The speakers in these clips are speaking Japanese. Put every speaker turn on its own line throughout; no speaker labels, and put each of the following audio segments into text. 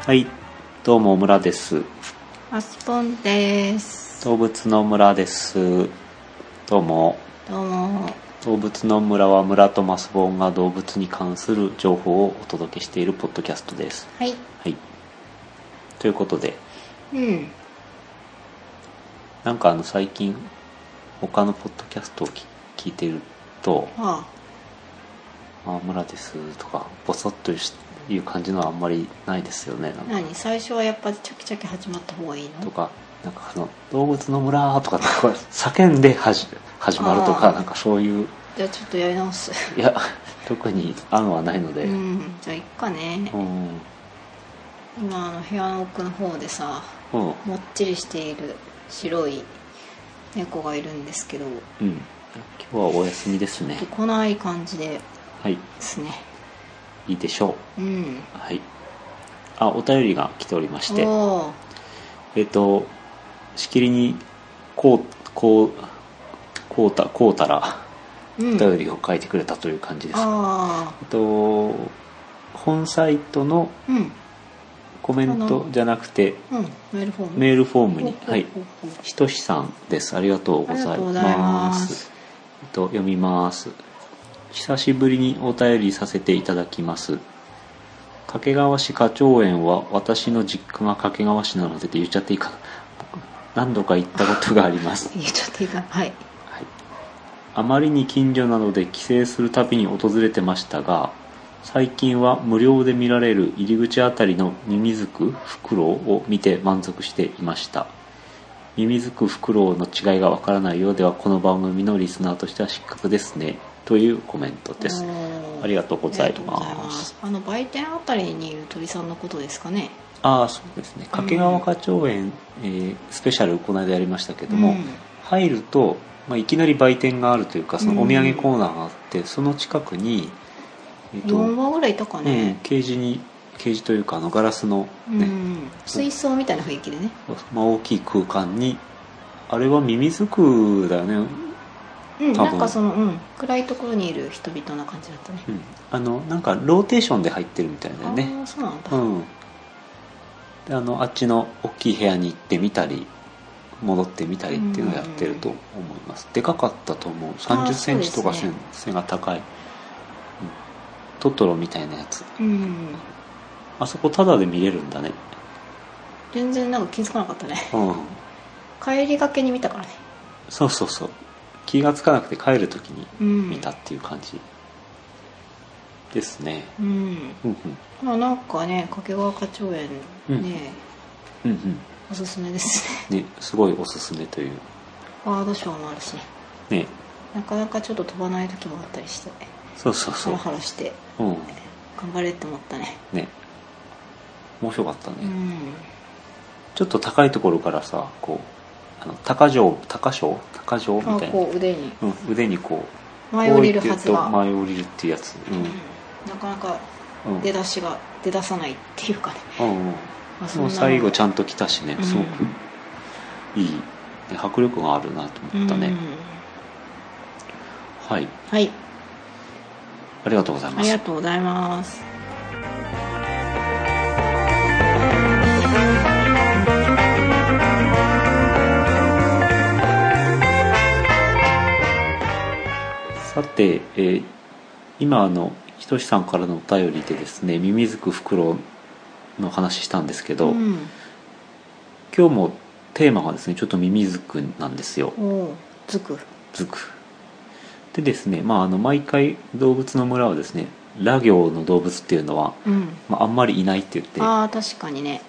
はい、どうも村です。
アスポンです。
動物の村です。どうも。
どうも。
動物の村は村とマスボンが動物に関する情報をお届けしているポッドキャストです。
はい。
はい。ということで、
うん。
なんかあの最近、他のポッドキャストをき聞いてると、
あ
あ、村ですとか、ボソッとしいう感じのはあんまりないですよね。なん
あ、
か
何最初はやっぱチャキチャキ始まった方がいい
と
の
か、なんかその、動物の村とか、こう叫んで始始まるとか、
あー
なんかそういう、
じゃあちょっとやり直す。
いや、特に案はないので、
う
うん、
ん。じゃあいっかね。
うん、
今あの部屋の奥の方でさ、
うん、
もっちりしている白い猫がいるんですけど、
今日はお休みですね
で。こない感じで
はい、
すね。
いいでしょ
うん。
う。はい。あ、お便りが来ておりまして、
おー
えっと、しきりに、こう、こう、こうた、こうたら、
う
お
ん。
便りを書いてくれたという感じです。
あ
えっと、本サイトの
あ。うん。
コメントじゃなくて、
うん。メールフォーム。
メールフォームに、
ほう
はい、
ほうほうほう
ひとしさんです。ありがとうござい
ありがとうござい
ま
ますす。
えっと、読みます。久しぶりにお便りさせていただきます。掛川市花鳥園は私の実家が掛川市なのでって言っちゃっていいかな。何度か行ったことがあります。
言っちゃっていいかな。はい。
はい、あまりに近所なので帰省するたびに訪れてましたが最近は無料で見られる入り口あたりのミミズクフクロウを見て満足していましたミミズクフクロウの違いがわからないようではこの番組のリスナーとしては失格ですねというコメントです
おー
ありがとうござい
ありがとうござい
ま
ますすあの売店あたりにいる鳥さんのことですかね
ああそうですね掛川花鳥園、えースペシャルこの間やりましたけども、
うん
入ると、まあ、いきなり売店があるというかそのお土産コーナーがあって、その近くに、えっと
4羽ぐらいいたか
うん
ね、
ケージにケージというかあのガラスの、
うん
ね
水槽みたいな雰囲気でね
まあ、大きい空間にあれはミミズクだよね、うん、
うん
多分
なんかその、うん、暗いところにいる人々な感じだったね
あのなんかローテーションで入ってるみたいだよね
ああそうなんだ、
うんであのあっちの大きい部屋に行ってみたり戻ってみたりっていうのをやってると思います、でかかったと思う3
あー
0ンチとか
そう
背,、
ですね
背が高い、うんトトロみたいなやつ
うん
あそこタダで見れるんだね
全然なんか気づかなかったね
うん
帰りがけに見たからね
そうそうそう気がつかなくて帰る時に
うん
見たっていう感じですね
うん
うん
まあなんかね掛川花鳥園ね、
うんうんうん
おすすめですね
ね すごいおすすめという
ワードショーもあるしね
ね
なかなかちょっと飛ばない時もあったりして
そうそうそ
ハ ラ
う
ハラして
うん
頑張れって思ったね
ね面白かったね、
うん
ちょっと高いところからさこうあの高城高城高城み
あ
たいな
こう腕に
うん、腕にこう
舞い降りるはず
こ
が、
う行ってると舞い降りるっていうやつう
なかなか
んうん
出だしが出ださないっていうかね、
うんうん
まあそん
も
な
う最後ちゃんと来たしね、
うん
すごくいい、ね、迫力があるなと思ったね、
うん
はい
はい
ありがとうござい
あ
ま
り
す
がとうございます
さて、えー今あのひとしさんからのお便りでですねミミズクフクロウの話したんですけど、
うん、
今日もテーマがですねちょっとミミズクなんですよ
おうずく
ズクでですね、まあ、あの毎回動物の村はですねラ行の動物っていうのは、
うん
まあ、あんまりいないって言って
ああ確かにね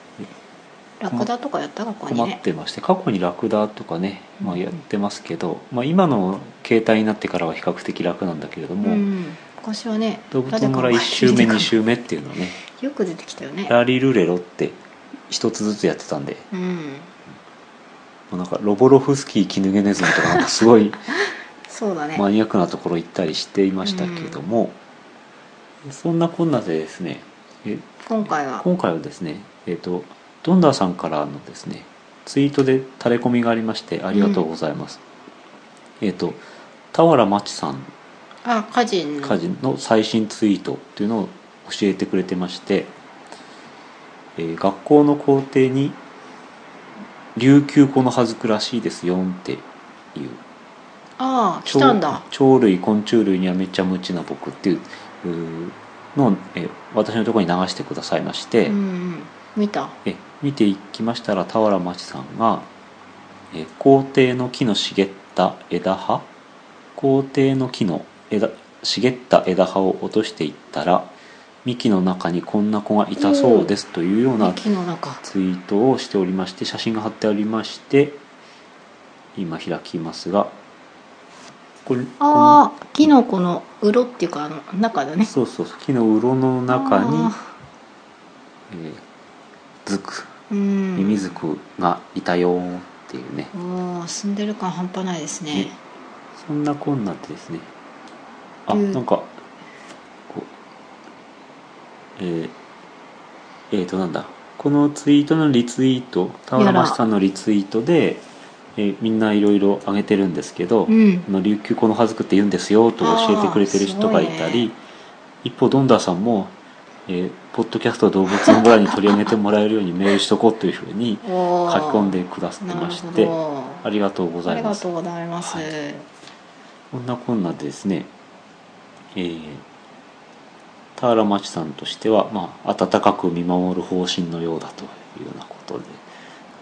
ラクダとかやったかここに
困
ね
ってまして過去にラクダとかね、まあ、
うん
やってますけど、まあ、今の携帯になってからは比較的楽なんだけれども、
うん今週はね
動物の村1周目2周目っていうのをね
よく出てきたよね
ラリルレロって一つずつやってたんで
うん
もうなんかロボロフスキー絹毛ネズミとかなんかすごい
そうだね
マニアックなところ行ったりしていましたけども、そんなこんなでですねえ
今回は
今回はですねえっ、とドンダーさんからのですねツイートで垂れ込みがありましてありがとうございます、えっ、と俵真知さん
あ歌人の
家事の最新ツイートっていうのを教えてくれてまして、えー学校の校庭に琉球語のはずくらしいですよんっていう
ああ来たんだ
鳥類昆虫類にはめちゃ無知な僕っていううーのを、えー私のところに流してくださいまして、
うんうん見た
え見ていきましたら俵真知さんが、えー校庭の木の茂った枝葉校庭の木の枝茂った枝葉を落としていったら幹の中にこんな子がいたそうですというような
木の中
ツイートをしておりまして写真が貼ってありまして今開きますがこれ
ああキノコの裏っていうかあの中だ
この
ね
そうそうそう木のうろの中に
あ
えーずく
ーうん
ミミズクがいたよーっていうね、
おお住んでる感半端ないですね
ねそんなこんなでですねあ、
うん
なんかこうえー、えーとなんだこのツイートのリツイート田
や
原
ら
町さんのリツイートで、えーみんないろいろ上げてるんですけど、
うん
あの琉球このはずくって言うんですよと教えてくれてる人がいた
あーすごい
り、一方ドンダーさんも、えーポッドキャストを動物の村に取り上げてもらえるようにメールしとこうというふうに書
書き
き込ん
で
でくださって
なる
まし
ほ
て
ど
ありがとうご
あ
ざい
り
ま
が
す
とうございます、
はいこんなこんなでですね、えー、田原町さんとしては、まあ、温かく見守る方針のようだというようなことで、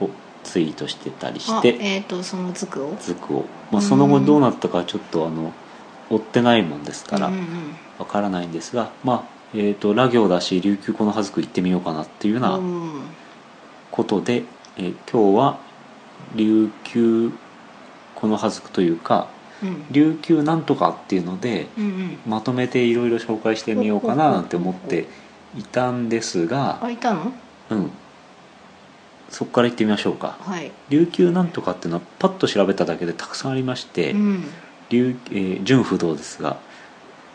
をツイートしてたりし
あ
て、
えっ、とその図句を
ズクを。まあ、
うん
その後どうなったかちょっとあの、追ってないもんですから
うんう、ん
わからないんですが、まあ、えっ、と、ラ行だし、琉球このはずく行ってみようかなっていうような
うん
ことで、えー今日は、琉球このはずくというか、
うん
琉球なんとかっていうので、
うんうん
まとめていろいろ紹介してみようかななんて思っていたんですが、
あいたの
うん、そこから行ってみましょうか
はい、
琉球なんとかっていうのはパッと調べただけでたくさんありまして、
うん
琉えー純不動ですが、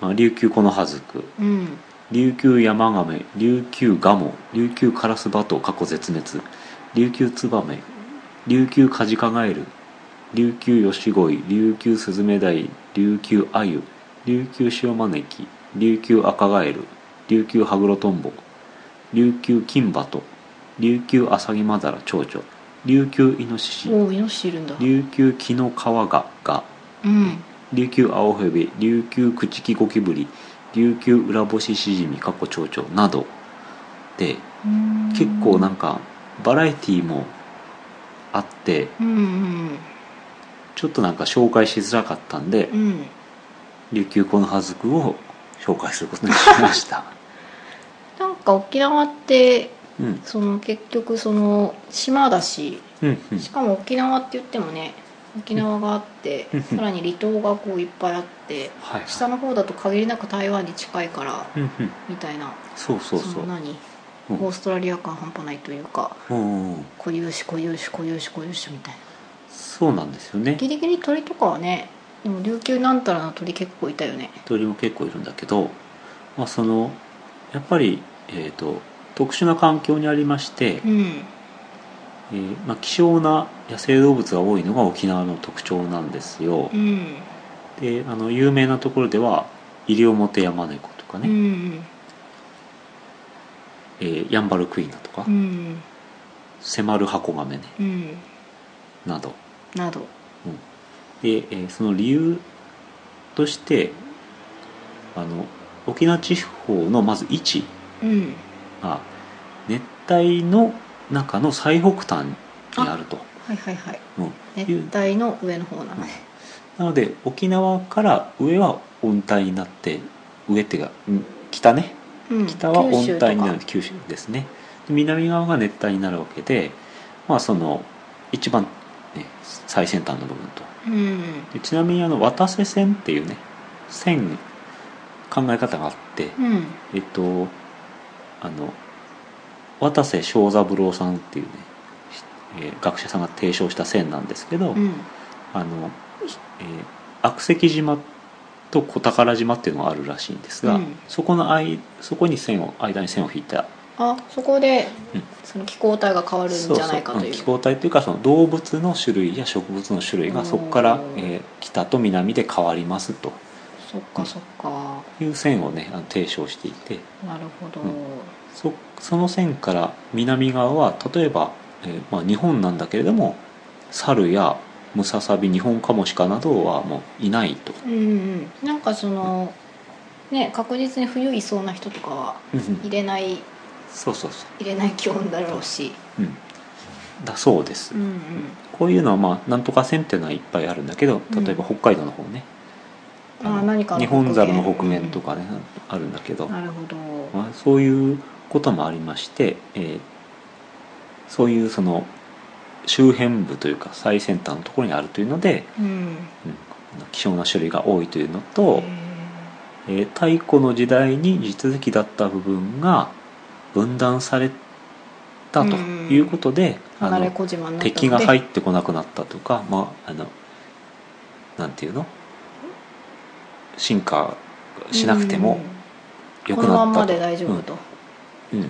まあ、琉球このはずく
うん
琉球ヤマガメ琉球ガモ琉球カラスバト過去絶滅琉球ツバメ琉球カジカガエル琉球ヨシゴイ琉球スズメダイ琉球アユ琉球シオマネキ琉球アカガエル琉球ハグロトンボ琉球キンバト琉球アサギマダラ蝶々琉球イノシシ
おおイノシシいるんだ
琉球キノカワガガ
うん
琉球青ヘビ琉球クチキゴキブリ琉球裏星シジミかっこ蝶々などで
うん
結構なんかバラエティーもあって
うんうん
ちょっとなんか紹介しづらかったんで
うん
琉球このはずくを紹介することにしま した、
なんか沖縄って
うん、
その結局その島だし
うんうん
しかも沖縄って言ってもね沖縄があって
うん
さらに離島がこういっぱいあって
はい
下の方だと限りなく台湾に近いから
うんうん
みたいな
そうそうそ
の
う
何
うん
オーストラリア感半端ないというか
うんうん
固有種固有種固有種固有種みたいな
そうなんですよね
ギリギリ鳥とかはねでも琉球なんたらの鳥結構いたよね
鳥も結構いるんだけど、まあ、そのやっぱり、えー、と特殊な環境にありまして、
うん
えーまあ、希少な野生動物が多いのが沖縄の特徴なんですよ
う、ん
であの有名なところではイリオモテヤマネコとか
う
ね、
ん
えーヤンバルクイナとか、
うん
セマルハコガメね
うん
など
など
で、えーその理由としてあの沖縄地方のまず位置
うん
が熱帯の中の最北端にあると。
はいはいはい
うん
熱帯の上の方なのね
なので沖縄から上は温帯になって上っていうかうん北ね
うん
北は温帯
九
に
州とか
なる九州ですねで南側が熱帯になるわけでまあその一番、ね、最先端の部分と
うん
でちなみにあの渡瀬線っていうね線考え方があって、
うん
えっとあの渡瀬正三郎さんっていうね、しえー学者さんが提唱した線なんですけど、
うん
あの、えー悪石島と小宝島っていうのがあるらしいんですが、
うん
そこの間そこに線を間に線を引いた
あそこで
うん
その気候帯が変わるんじゃないかと
うん
いう
気候帯というかその動物の種類や植物の種類がそこか
う
ら
ん、
えー北と南で変わりますと
そっかそっか
いう線をねあの提唱していて
なるほど、
うんそその線から南側は例えば、えーまあ、日本なんだけれども猿やムササビニホンカモシカなどはもういないと。
うんうんなんかそのね確実に冬いそうな人とかは
うんうん
入れない
そうそうそ
入れない気温だろうし
う、うん、だそうです、
うん
こういうのはまあなんとか線っていうのはいっぱいあるんだけど例えば
う
北海道の方ね、
うん
あ
あ
の
ー何か
日本猿の北限と
か
かね、あるんだけど、
なるほど
まあ、そういうこともありまして、えーそういうその周辺部というか最先端のところにあるというので、
うん
うん希少な種類が多いというのとえ
へ、
ー太古の時代に地続きだった部分が分断されたということで、
ー
あ
離れ
の
小島になったので
敵が入ってこなくなったとか、まあ、あのなんていうの進化しなくても良
こ
く
のま
なっ
ん
た
ま
と
で大丈夫と、
うんま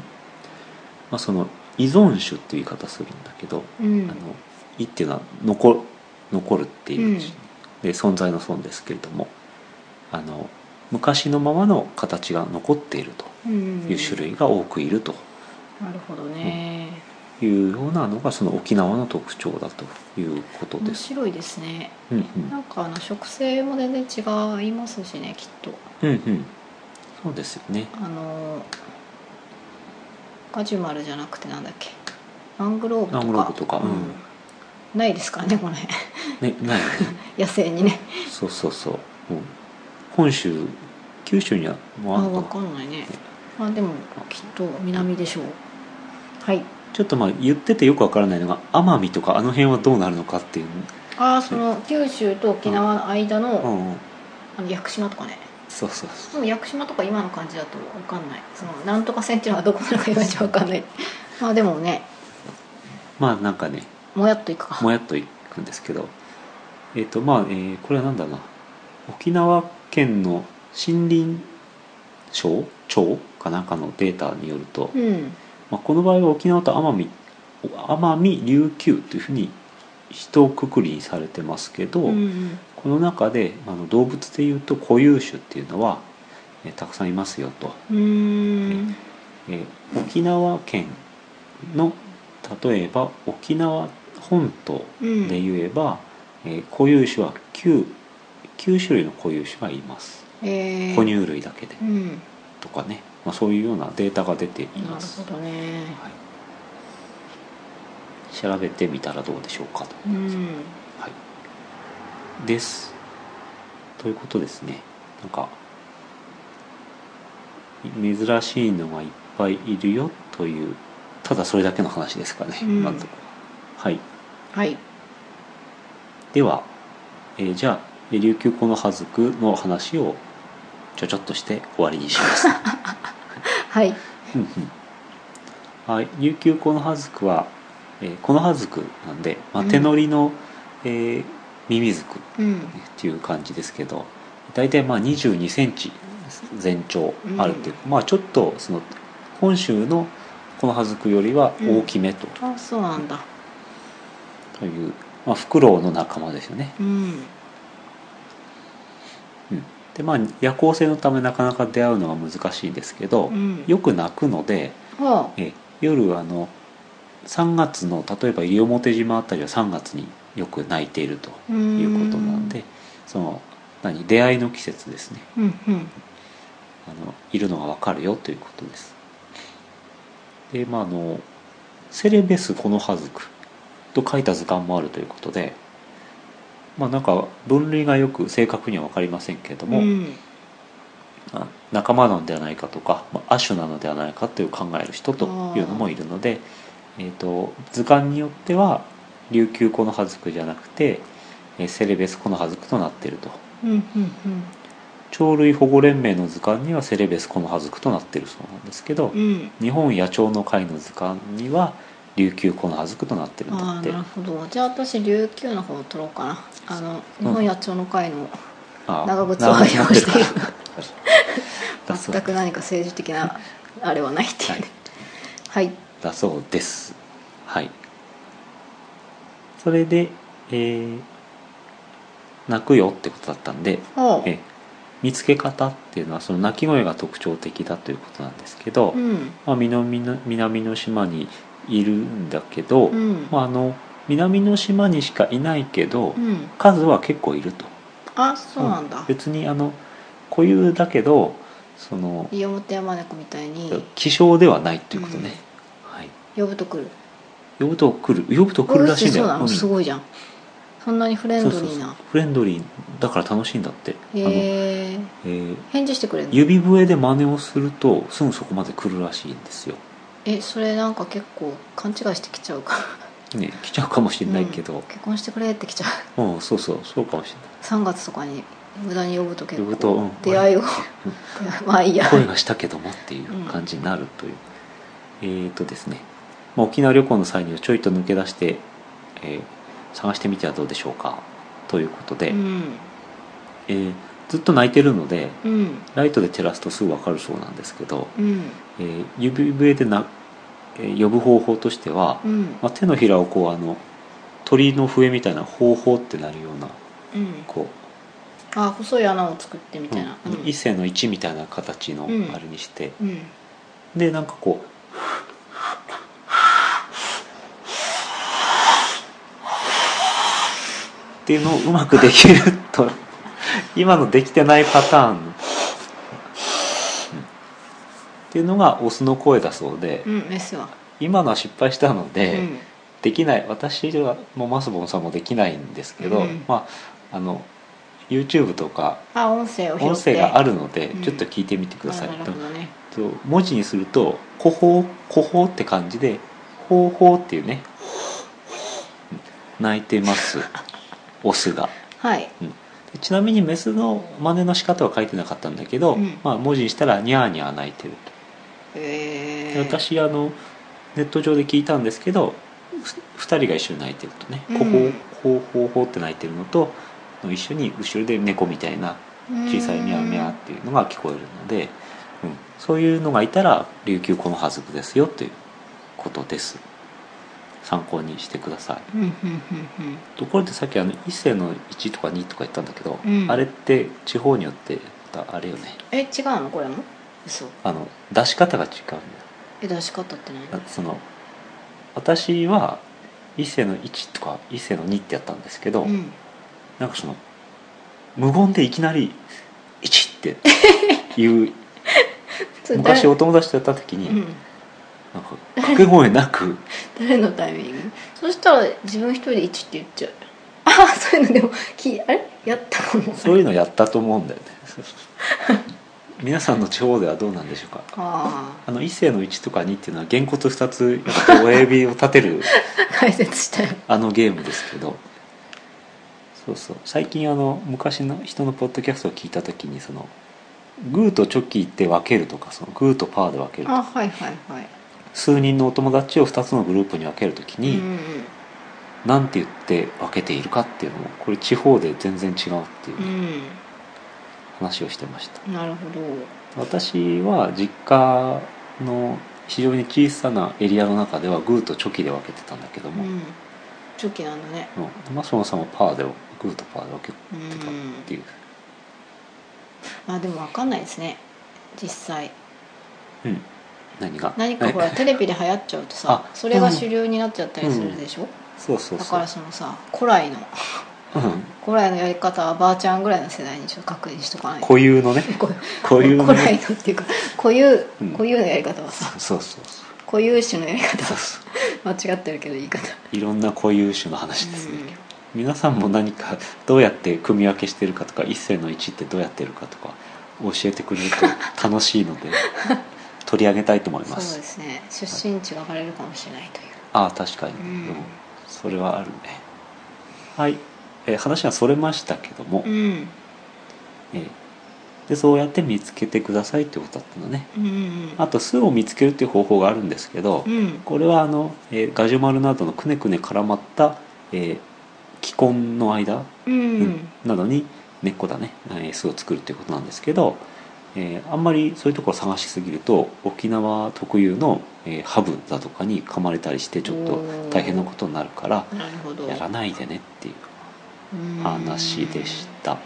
あ、その依存種っていう言い方するんだけど、
うん
あの「い」っていうのは残残るっていう字、
うん
で存在の損ですけれどもあの昔のままの形が残っていると
うん
いう種類が多くいると
なるほどね、
いうようなのがその沖縄の特徴だということで
面
す。
白いですね
うんう
なんんかあの植生も全然違いますしねきっと
うんうん、そうですよね。
あのガジュマルじゃなくてなんだっけマングローブとか
マングローブとかうん
ないですからねこの辺
ねないよね
野生にね
そうそうそう。うん、本州九州にはもう
あ
あるの
分
か
か
なん
ないねまあでもきっと南でしょうはい
ちょっとまあ言っててよくわからないのが奄美とかあの辺はどうなるのかっていう、
ああその九州と沖縄の間の,、
うんうん、
あの屋久島とかね
そうそうそう
でも屋久島とか今の感じだと分かんないそのなんとか線っていうのはどこなのかいまいち分かんないまあでもね
まあなんかね
もやっといくか
もやっといくんですけどえっ、とまあ、えーこれはなんだろうな沖縄県の森林省庁かなんかのデータによると、
うん
まあ、この場合は沖縄と奄美奄美琉球というふうに一括りにされてますけど、
うんうん
この中であの動物でいうと固有種っていうのは、えーたくさんいますよと。
うーん
えー沖縄県の例えば沖縄本島
うん
で言えば、えー固有種は 9, 9種類の固有種がいます
えー
哺乳類だけで
うんな
とかね、まあ、そういうようなデータが出てい
る
ます
ほどね
調べてみたらどうでしょうかと、
うん
はい、ですということですねなんか珍しいのがいっぱいいるよというただそれだけの話ですかね、
うん
今のところはい
はい
では、えーじゃあえー琉球湖の葉ずくの話をちょちょっとして終わりにし ます。
はい
うんうんはい、琉球湖の葉ずくは、えー、この葉ずくなんで、まあ、
うん
手乗りの、えーミミズクっ
うん
ていう感じですけど大体まあ2 2センチ全長あるっていう、まあちょっとその本州のこの葉ずくよりは大きめと,、
あそうなんだ
という、まあ、フクロウの仲間ですよね。
うん
でまあ夜行性のためなかなか出会うのは難しいんですけど、
うん
よく鳴くので
は
え夜あの3月の例えば西表島あたりは3月によく鳴いていると
あ
いうことなんでその何出会いの季節ですね
うんうん
あのいるのがわかるよということですでまああの「セレベスこの葉ずく」と書いた図鑑もあるということでまあなんか分類がよく正確には分かりませんけれども、
うん
あ仲間なのではないかとか、まあ、亜種なのではないかという考える人というのもいるので、えー、と図鑑によっては琉球コノハズクじゃなくて、えーセレベスコノハズクとなっていると
うんうんうん
鳥類保護連盟の図鑑にはセレベスコノハズクとなってるそうなんですけど、
うん
日本野鳥の会の図鑑には琉球コノハズクとなってるんだ
あ
っ
あ
て
なるほどじゃあ私琉球の方を取ろうかなあの
うん
日本野鳥の会の
あ
長靴を愛用している
長くなってだそう
全く何か政治的なあれはないっていうねはい
だそうですはいそれでえー泣くよってことだったんで、
ほ
え見つけ方っていうのはその鳴き声が特徴的だということなんですけど、
ううん
まあ、南の南の島にいるんだけど、
うん
まあ、あの南の島にしかいないけど、
うん
数は結構いると
あそうなんだ
別にあの固有だけどその
イオモテヤマネコみたいに
希少ではないということね、はい、
呼ぶと来る
呼ぶと来る呼ぶと来るらしいんだ
そう
よ
なの
うん
すごいじゃんそんなにフレンドリー
そうそう
な
そうフレンドリーだから楽しいんだって、あのえ
へえ
ー
返事してくれるの
指笛で真似をするとすぐそこまで来るらしいんですよ
えそれなんか結構勘違いしてきちゃうから
ね来ちゃうかもしれないけ
うん
ど、
結婚してくれって来ちゃう
うんそうそうそうかもしれない
3月とかに無駄に呼ぶと結
呼ぶとう
構
ん
出会いを まあいいや
声がしたけどもっていう感じになるという、えー、とですね、まあ、沖縄旅行の際にはちょいと抜け出して、えー探してみてはどうでしょうかということで、
うん
えーずっと泣いてるので
うん
ライトで照らすとすぐ分かるそうなんですけど、
うん
えー指笛でな、えー呼ぶ方法としては、
うん
まあ、手のひらをこうあの鳥の笛みたいな方法ってなるような
うん
こう
あ細い穴を作ってみたいな
うん
うん
一世の一みたいな形の
うん
あれにして、
うん
でなんかこうっていうのをうまくできると今のできてないパターンうんっていうのがオスの声だそうで、
うんメスは
今のは失敗したの
う
で、
ん
できない私はもうマスボンさんもできないんですけど、
うん
まああの YouTube とか
あ音声を拾って
音声があるので、
うん
ちょっと聞いてみてください、
あなるほどね
と文字にすると「呼法」「呼法」って感じで「ほうほう」っていうね泣いてます オスが
はい
でちなみにメスの真似の仕方は書いてなかったんだけど、
うん
まあ、文字にしたら「ニャーニャー泣いてると」
え
で
ー
私あのネット上で聞いたんですけどふ2人が一緒に泣いてるとね「
う
ほ
ん
ほうほうほう」って泣いてるのと一緒に後ろで猫みたいな小さい「ミャーミャー」っていうのが聞こえるので、うん、そういうのがいたら琉球このはずくですよということです参考にしてください
うんうんうんうん
ところでさっきあの一世の1とか2とか言ったんだけど、
うん
あれって地方によってまたあれよね
え違うのこれも嘘
あの出し方が違うんだよ
え出し方って
あ
何
その私は一世の1とか一世の2ってやったんですけど、
うん
なんかその無言でいきなり「1」って言う
それ
昔
誰
お友達とやった時に、
うん
なんか掛け声なく
誰のタイミングそしたら自分一人で1って言っちゃうああそういうのでもきあれやったかも
そういうのやったと思うんだよね皆さんの地方ではどうなんでしょうか
あ
あの一世の1とか2っていうのは原骨2つやって親指を立てる
あ解説したよ
あのゲームですけどそうそう最近あの昔の人のポッドキャストを聞いた時にそのグーとチョキって分けるとかそのグーとパーで分けるとか
あはいはいはい
数人のお友達を2つのグループに分ける時
うん
に、なんて言って分けているかっていうのもこれ地方で全然違うっていう
う
ね
ん、
話をしてました
うん、なるほど
私は実家の非常に小さなエリアの中ではグーとチョキで分けてたんだけど
う
も、
んチョキなんだね
うんマスモンさんはパーでグーとパーで分け
う
てたって
ん
いう、
あでも分かんないですね実際
うん、何が
何かほらテレビで流行っちゃうとさ
あ
それが主流になっちゃったりするでしょ、
そうそう
だ
そ
か
う
らそのさ古来の
うん
古来のやり方はばあちゃんぐらいの世代にちょっと確認しとかないと
固有 のね
こ
固有の
古来
ね
のっていうか固有
うん
固有のやり方はさ
そうそうそう
固有種のやり
そう
方
そう
間違ってるけど言い方
いろんな固有種の話ですね、皆さんも何かどうやって組み分けしてるかとか一世の一ってどうやってるかとか教えてくれると楽しいの で取り上げたいと思い
そう
ま
ですすね出身地がバレるかもしれないという
ああ確かに、
うん
でもそれはあるねはい、えー話はそれましたけども、
うん
えーでそうやって見つけてくださいってことだったのね
うんうん
あと巣を見つけるっていう方法があるんですけど、
うん
これはあの、えーガジュマルなどのくねくね絡まった、えー気根の間
うん
などに根っこだね、えー巣を作るっていうことなんですけど、えーあんまりそういうところを探しすぎると沖縄特有の、えーハブだとかに噛まれたりしてちょっと大変なことになるから
なるほど
やらないでねっていう
うん
話でした。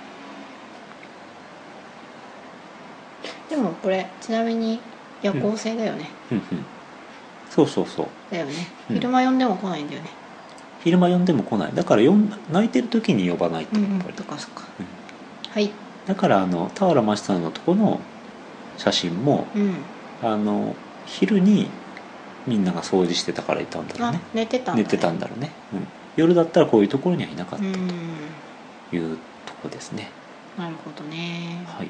でもこれちなみに夜行性だよね、
うんうん、そうそうそう
だよね
うん
昼間呼んでも来ないんだよね、
昼間呼んでも来ないだから呼ん泣いてる時に呼ばないと
う
や
ん
っ
うん
ぱり
そっかそっか、
うん
はい
だからあの田原真史さんのとこの写真も
うん
あの昼にみんなが掃除してたからいたんだろう
あ、
ね
寝てたんだ、ね、
寝てたんだろうね、うん、夜だったらこういうところにはいなかっ
うん
たいうとこですね、
なるほどね
はい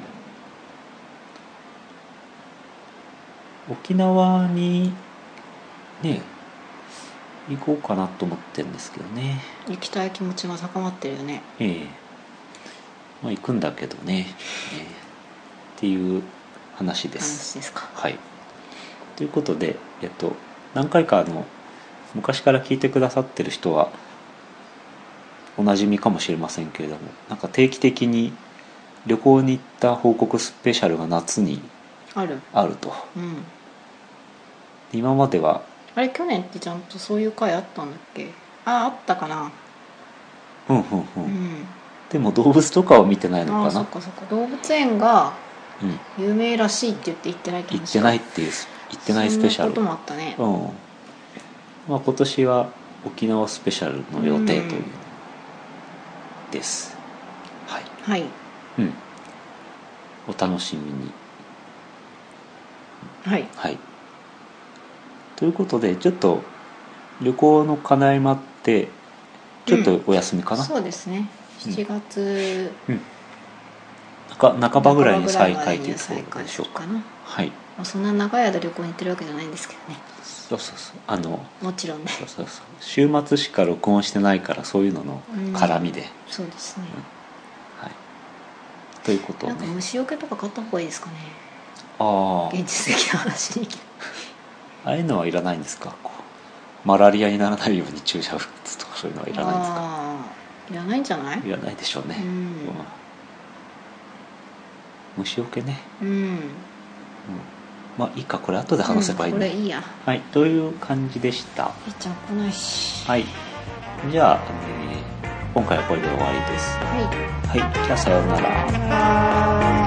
沖縄にね行こうかなと思ってるんですけどね
行きたい気持ちが高まってるよね
ええまあ行くんだけどね、ええっていう話です
話ですか
はい、ということで、えっと、何回かあの昔から聞いてくださってる人はおなじみかもしれませんけれどもなんか定期的に旅行に行った報告スペシャルが夏に
ある
あると
うん
今までは
あれ去年ってちゃんとそういう回あったんだっけああったかな
うんうんう、
うんん
でも動物とかは見てないの
あ
か
あそ
な
っかそっか動物園が
うん
有名らしいって言って行ってない気
行
も
っ
してる
ないっていう行ってないスペシャル
そんなこともあったね
うんまあ、今年は沖縄スペシャルの予定といううんです、はい、
はい
うん、お楽しみに
はい
はいということでちょっと旅行の課題もあってちょっとお休みかな,、
そうですね
うん
7月
なか半ばぐらいに再開と
と
い
いう
こ
う再
と
開
でしょうか
かな
はい
まあそんな長い間旅行に行ってるわけじゃないんですけどね
そうそうそうあの
もちろんね
そうそうそう週末しか録音してないからそういうのの絡みで、
そうですね
はいということを
なんか
ね
虫よけとか買った方がいいですかね
ああ
現実的な話に
ああいうのはいらないんですかこうマラリアにならないように注射を打つとかそういうのはいらないんですか
あーいらないんじゃない
いらないでしょうね、
う
うん
ん
虫よけね、
うん
うん、まあいいかこれ後で話せばいい
うん
ね、
これいいや
はいという感じでした
いっちゃん来ないし
はいじゃあ、えー今回はこれで終わりです
はい
はいじゃあさようなら
拜拜。